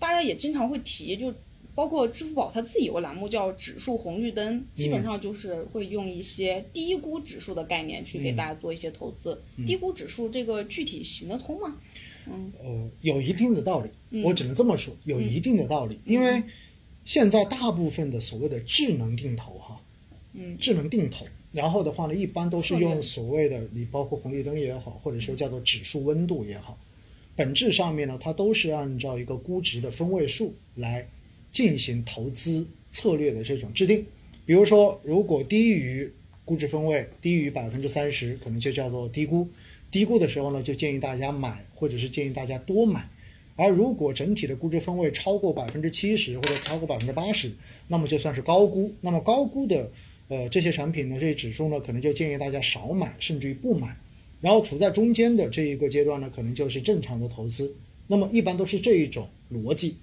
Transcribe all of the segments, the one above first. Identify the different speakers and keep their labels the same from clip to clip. Speaker 1: 家也经常会提，就包括支付宝它自己有个栏目叫指数红绿灯，
Speaker 2: 嗯
Speaker 1: 基本上就是会用一些低估指数的概念去
Speaker 2: 嗯
Speaker 1: 给大家做一些投资。低估指数这个具体行得通吗？嗯
Speaker 2: 呃，有一定的道理，我只能这么说，有一定的道
Speaker 1: 嗯
Speaker 2: 理，因为现在大部分的所谓的智能定投哈，
Speaker 1: 嗯，
Speaker 2: 智能定投，然后的话呢，一般都是
Speaker 1: 策略
Speaker 2: 用所谓的你包括红绿灯也好，或者说叫做指数温度也好，本质上面呢，它都是按照一个估值的分位数来进行投资策略的这种制定。比如说，如果低于估值分位低于百分之三十，可能就叫做低估。低估的时候呢，就建议大家买，或者是建议大家多买。而如果整体的估值分位超过百分之七十或者超过百分之八十，那么就算是高估。那么高估的呃这些产品呢，这些指数呢，可能就建议大家少买，甚至于不买。然后处在中间的这一个阶段呢，可能就是正常的投资。那么一般都是这一种逻辑。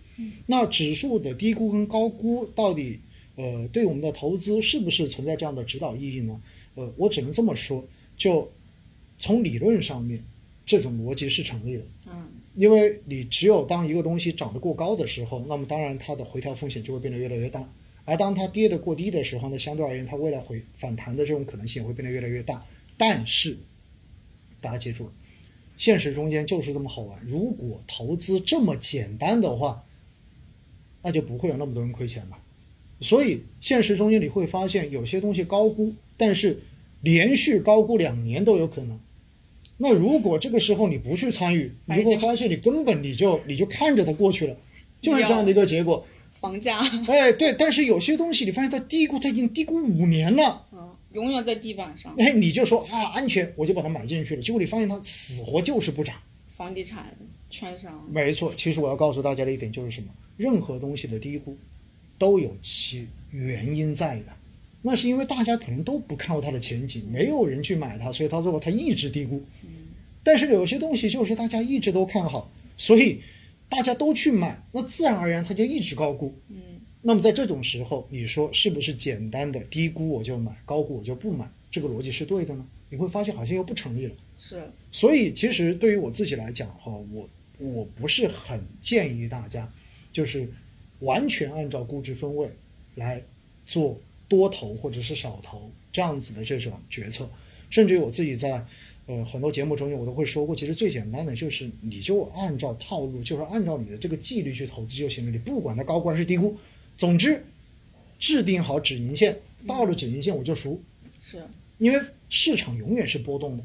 Speaker 2: 那指数的低估跟高估到底呃对我们的投资是不是存在这样的指导意义呢？呃，我只能这么说，就从理论上面，这种逻辑是成立的。
Speaker 1: 嗯
Speaker 2: 因为你只有当一个东西涨得过高的时候，那么当然它的回调风险就会变得越来越大。而当它跌得过低的时候呢，相对而言，它未来回反弹的这种可能性会变得越来越大。但是，大家记住，现实中间就是这么好玩。如果投资这么简单的话，那就不会有那么多人亏钱了。所以现实中间你会发现，有些东西高估，但是连续高估两年都有可能。那如果这个时候你不去参与，你就会发现你根本你就你就看着它过去了，就是这样的一个结果。
Speaker 1: 房价，
Speaker 2: 哎，对，但是有些东西你发现它低估，它已经低估五年了，
Speaker 1: 嗯，永远在地板上，
Speaker 2: 哎，你就说啊安全，我就把它买进去了，结果你发现它死活就是不涨。
Speaker 1: 房地产、券商，
Speaker 2: 没错，其实我要告诉大家的一点就是什么？任何东西的低估，都有其原因在的。那是因为大家可能都不看好它的前景，没有人去买它，所以到最后它一直低估。
Speaker 1: 嗯
Speaker 2: 但是有些东西就是大家一直都看好，所以大家都去买，那自然而然它就一直高估。
Speaker 1: 嗯
Speaker 2: 那么在这种时候，你说是不是简单的低估我就买，高估我就不买？这个逻辑是对的呢？你会发现好像又不成立了。
Speaker 1: 是，
Speaker 2: 所以其实对于我自己来讲哈，我我不是很建议大家就是完全按照估值分位来做多投或者是少投这样子的这种决策，甚至于我自己在。呃，很多节目中间我都会说过，其实最简单的就是你就按照套路，就是按照你的这个纪律去投资就行了，你不管它高估还是低估，总之制定好止盈线，到了止盈线我就赎，
Speaker 1: 是，
Speaker 2: 因为市场永远是波动的。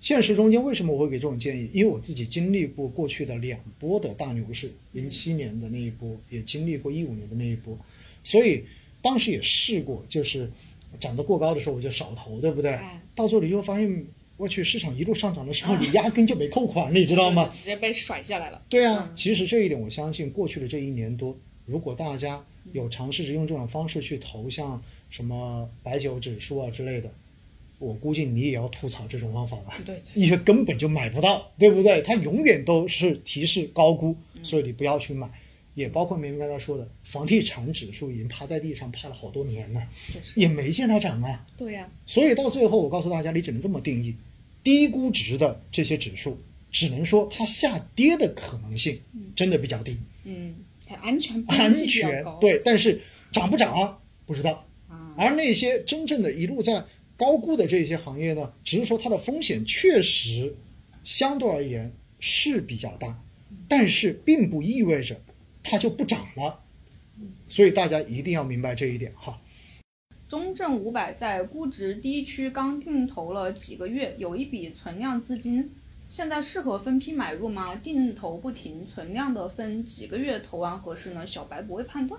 Speaker 2: 现实中间为什么我会给这种建议？因为我自己经历过过去的两波的大牛市，零七年的那一波，也经历过一五年的那一波，所以当时也试过，就是涨得过高的时候我就少投，对不对
Speaker 1: 哎？
Speaker 2: 到最后你就发现，我去市场一路上涨的时候，你压根就没扣款，你知道吗
Speaker 1: 就？是直接被甩下来了，
Speaker 2: 对啊，其实这一点我相信，过去的这一年多，如果大家有尝试着用这种方式去投像什么白酒指数啊之类的，我估计你也要吐槽这种方法吧？
Speaker 1: 对
Speaker 2: 因为根本就买不到，对不对？它永远都是提示高估，所以你不要去买。也包括明明刚才说的，房地产指数已经趴在地上趴了好多年了，
Speaker 1: 就是
Speaker 2: 也没见它涨啊。
Speaker 1: 对呀、
Speaker 2: 所以到最后，我告诉大家，你只能这么定义：低估值的这些指数，只能说它下跌的可能性真的比较低，
Speaker 1: 嗯，它安全边
Speaker 2: 安
Speaker 1: 际比较
Speaker 2: 全
Speaker 1: 高，
Speaker 2: 对，但是涨不涨啊不知道。
Speaker 1: 啊，
Speaker 2: 而那些真正的一路在高估的这些行业呢，只是说它的风险确实相对而言是比较大，
Speaker 1: 嗯
Speaker 2: 但是并不意味着它就不涨了。
Speaker 1: 嗯
Speaker 2: 所以大家一定要明白这一点哈。
Speaker 1: 中证五百在估值低区刚定投了几个月，有一笔存量资金，现在适合分批买入吗？定投不停，存量的分几个月投完合适呢？小白不会判断。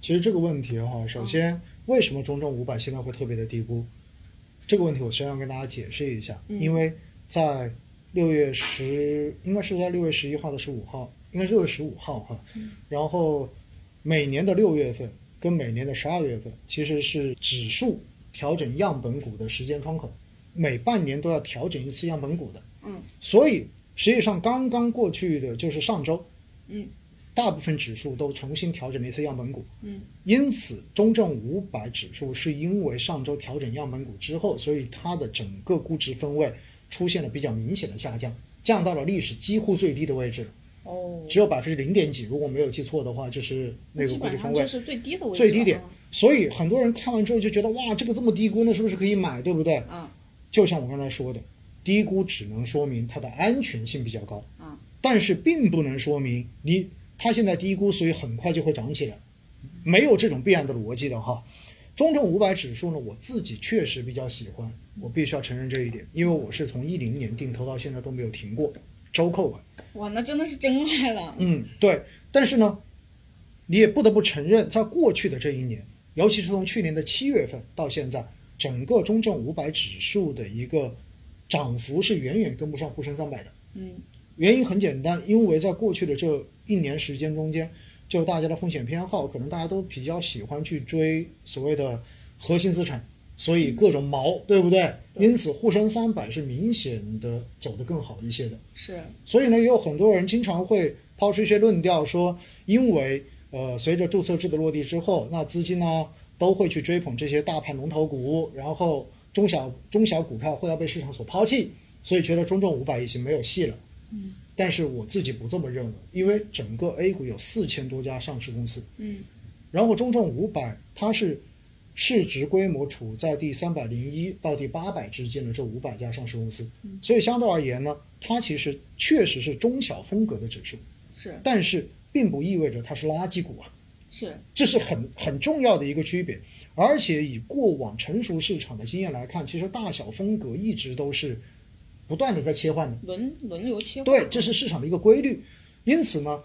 Speaker 2: 其实这个问题哈，首先为什么中证五百现在会特别的低估？这个问题我先要跟大家解释一下，因为在六月十，应该是在六月十一号的十五号，应该是六月十五号哈。然后每年的六月份跟每年的十二月份其实是指数调整样本股的时间窗口，每半年都要调整一次样本股的。
Speaker 1: 嗯
Speaker 2: 所以实际上刚刚过去的就是上周，
Speaker 1: 嗯
Speaker 2: 大部分指数都重新调整了一次样本股。
Speaker 1: 嗯
Speaker 2: 因此，中证五百指数是因为上周调整样本股之后，所以它的整个估值分位出现了比较明显的下降，降到了历史几乎最低的位置了。
Speaker 1: 哦，
Speaker 2: 只有百分之零点几，如果没有记错的话，就是那个
Speaker 1: 基
Speaker 2: 估值
Speaker 1: 本上
Speaker 2: 分位
Speaker 1: 就是最低的位置
Speaker 2: 最低
Speaker 1: 了
Speaker 2: 点。所以很多人看完之后就觉得哇，这个这么低估，那是不是可以买，对不对？
Speaker 1: 啊
Speaker 2: 就像我刚才说的，低估只能说明它的安全性比较高，
Speaker 1: 啊
Speaker 2: 但是并不能说明你它现在低估，所以很快就会涨起来，没有这种必然的逻辑的哈。中证五百指数呢，我自己确实比较喜欢，我必须要承认这一点，因为我是从一零年定投到现在都没有停过，周扣啊。
Speaker 1: 哇，那真的是真爱了。
Speaker 2: 嗯，对。但是呢，你也不得不承认，在过去的这一年，尤其是从去年的七月份到现在，整个中证五百指数的一个涨幅是远远跟不上沪深三百的。
Speaker 1: 嗯
Speaker 2: 原因很简单，因为在过去的这一年时间中间，就大家的风险偏好，可能大家都比较喜欢去追所谓的核心资产，所以各种毛，对不对？因此，沪深三百是明显的走得更好一些的。
Speaker 1: 是
Speaker 2: 所以呢，也有很多人经常会抛出一些论调说，因为呃，随着注册制的落地之后，那资金呢都会去追捧这些大盘龙头股，然后中小中小股票会要被市场所抛弃，所以觉得中证五百已经没有戏了。
Speaker 1: 嗯
Speaker 2: 但是我自己不这么认为，因为整个 A 股有四千多家上市公司，
Speaker 1: 嗯
Speaker 2: 然后中证五百它是市值规模处在第三百零一到第八百之间的这五百家上市公司，所以相对而言呢，它其实确实是中小风格的指数，
Speaker 1: 是
Speaker 2: 但是并不意味着它是垃圾股啊，
Speaker 1: 是
Speaker 2: 这是很很重要的一个区别。而且以过往成熟市场的经验来看，其实大小风格一直都是不断的在切换的。
Speaker 1: 轮轮流切换。
Speaker 2: 对，这是市场的一个规律。因此呢，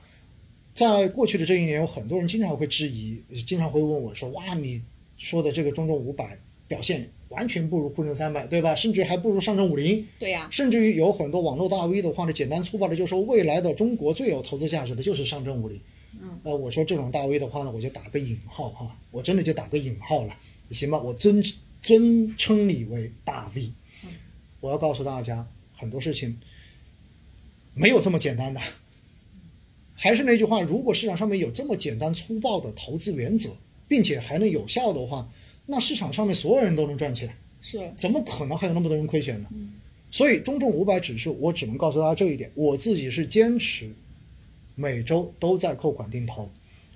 Speaker 2: 在过去的这一年，有很多人经常会质疑，经常会问我说：“哇，你说的这个中证五百表现完全不如沪深三百，对吧？甚至还不如上证五零。”
Speaker 1: 对呀、
Speaker 2: 甚至于有很多网络大 V 的话呢，简单粗暴的就说未来的中国最有投资价值的就是上证五零。
Speaker 1: 嗯，
Speaker 2: 那我说这种大 V 的话呢，我就打个引号哈，我真的就打个引号了，行吧？我尊尊称你为大 V。我要告诉大家，很多事情没有这么简单的。还是那句话，如果市场上面有这么简单粗暴的投资原则，并且还能有效的话，那市场上面所有人都能赚钱，
Speaker 1: 是
Speaker 2: 怎么可能还有那么多人亏钱呢？
Speaker 1: 嗯
Speaker 2: 所以中证五百指数，我只能告诉大家这一点，我自己是坚持每周都在扣款定投，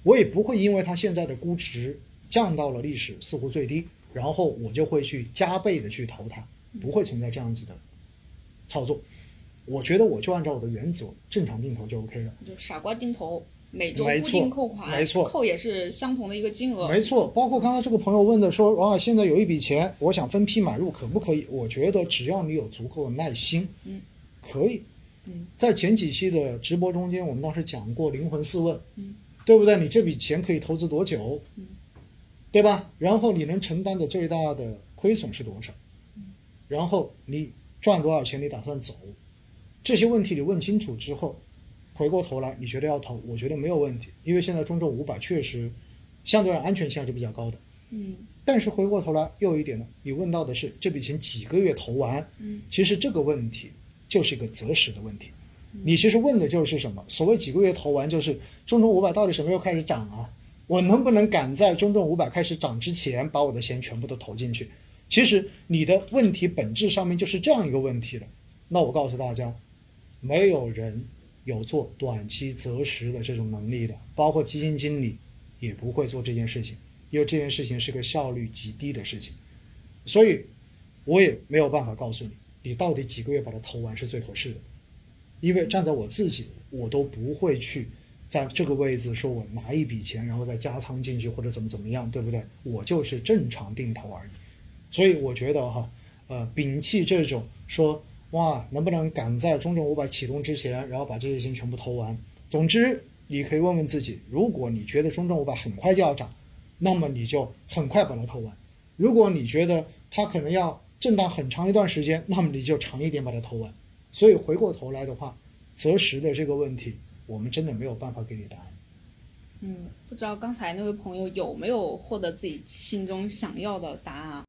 Speaker 2: 我也不会因为它现在的估值降到了历史似乎最低，然后我就会去加倍的去投它，不会存在这样子的操作。我觉得我就按照我的原则正常定投就 OK 了。
Speaker 1: 就傻瓜定投，每周
Speaker 2: 没
Speaker 1: 固定
Speaker 2: 错
Speaker 1: 扣款，
Speaker 2: 没错
Speaker 1: 扣也是相同的一个金额。
Speaker 2: 没错，包括刚才这个朋友问的说啊，现在有一笔钱，我想分批买入，可不可以？我觉得只要你有足够的耐心，
Speaker 1: 嗯，
Speaker 2: 可以。
Speaker 1: 嗯
Speaker 2: 在前几期的直播中间，我们当时讲过灵魂四问，
Speaker 1: 嗯
Speaker 2: 对不对？你这笔钱可以投资多久，
Speaker 1: 嗯
Speaker 2: 对吧？然后你能承担的最大的亏损是多少？然后你赚多少钱？你打算走？这些问题你问清楚之后，回过头来你觉得要投，我觉得没有问题，因为现在中证五百确实相对而言安全性还是比较高的。
Speaker 1: 嗯
Speaker 2: 但是回过头来又有一点呢，你问到的是这笔钱几个月投完，
Speaker 1: 嗯
Speaker 2: 其实这个问题就是一个择时的问题。你其实问的就是什么？所谓几个月投完，就是中证五百到底什么时候开始涨啊？我能不能赶在中证五百开始涨之前，把我的钱全部都投进去？其实你的问题本质上面就是这样一个问题了。那我告诉大家，没有人有做短期择时的这种能力的，包括基金经理也不会做这件事情，因为这件事情是个效率极低的事情。所以我也没有办法告诉你，你到底几个月把它投完是最合适的，因为站在我自己，我都不会去在这个位置说我拿一笔钱，然后再加仓进去或者怎么怎么样，对不对？我就是正常定投而已。所以我觉得哈，呃，摒弃这种说哇，能不能赶在中证五百启动之前，然后把这些钱全部投完。总之，你可以问问自己，如果你觉得中证五百很快就要涨，那么你就很快把它投完；如果你觉得它可能要震荡很长一段时间， 那么你就长一点把它投完。所以回过头来的话，择时的这个问题，我们真的没有办法给你答案。
Speaker 1: 嗯，不知道刚才那位朋友有没有获得自己心中想要的答案啊？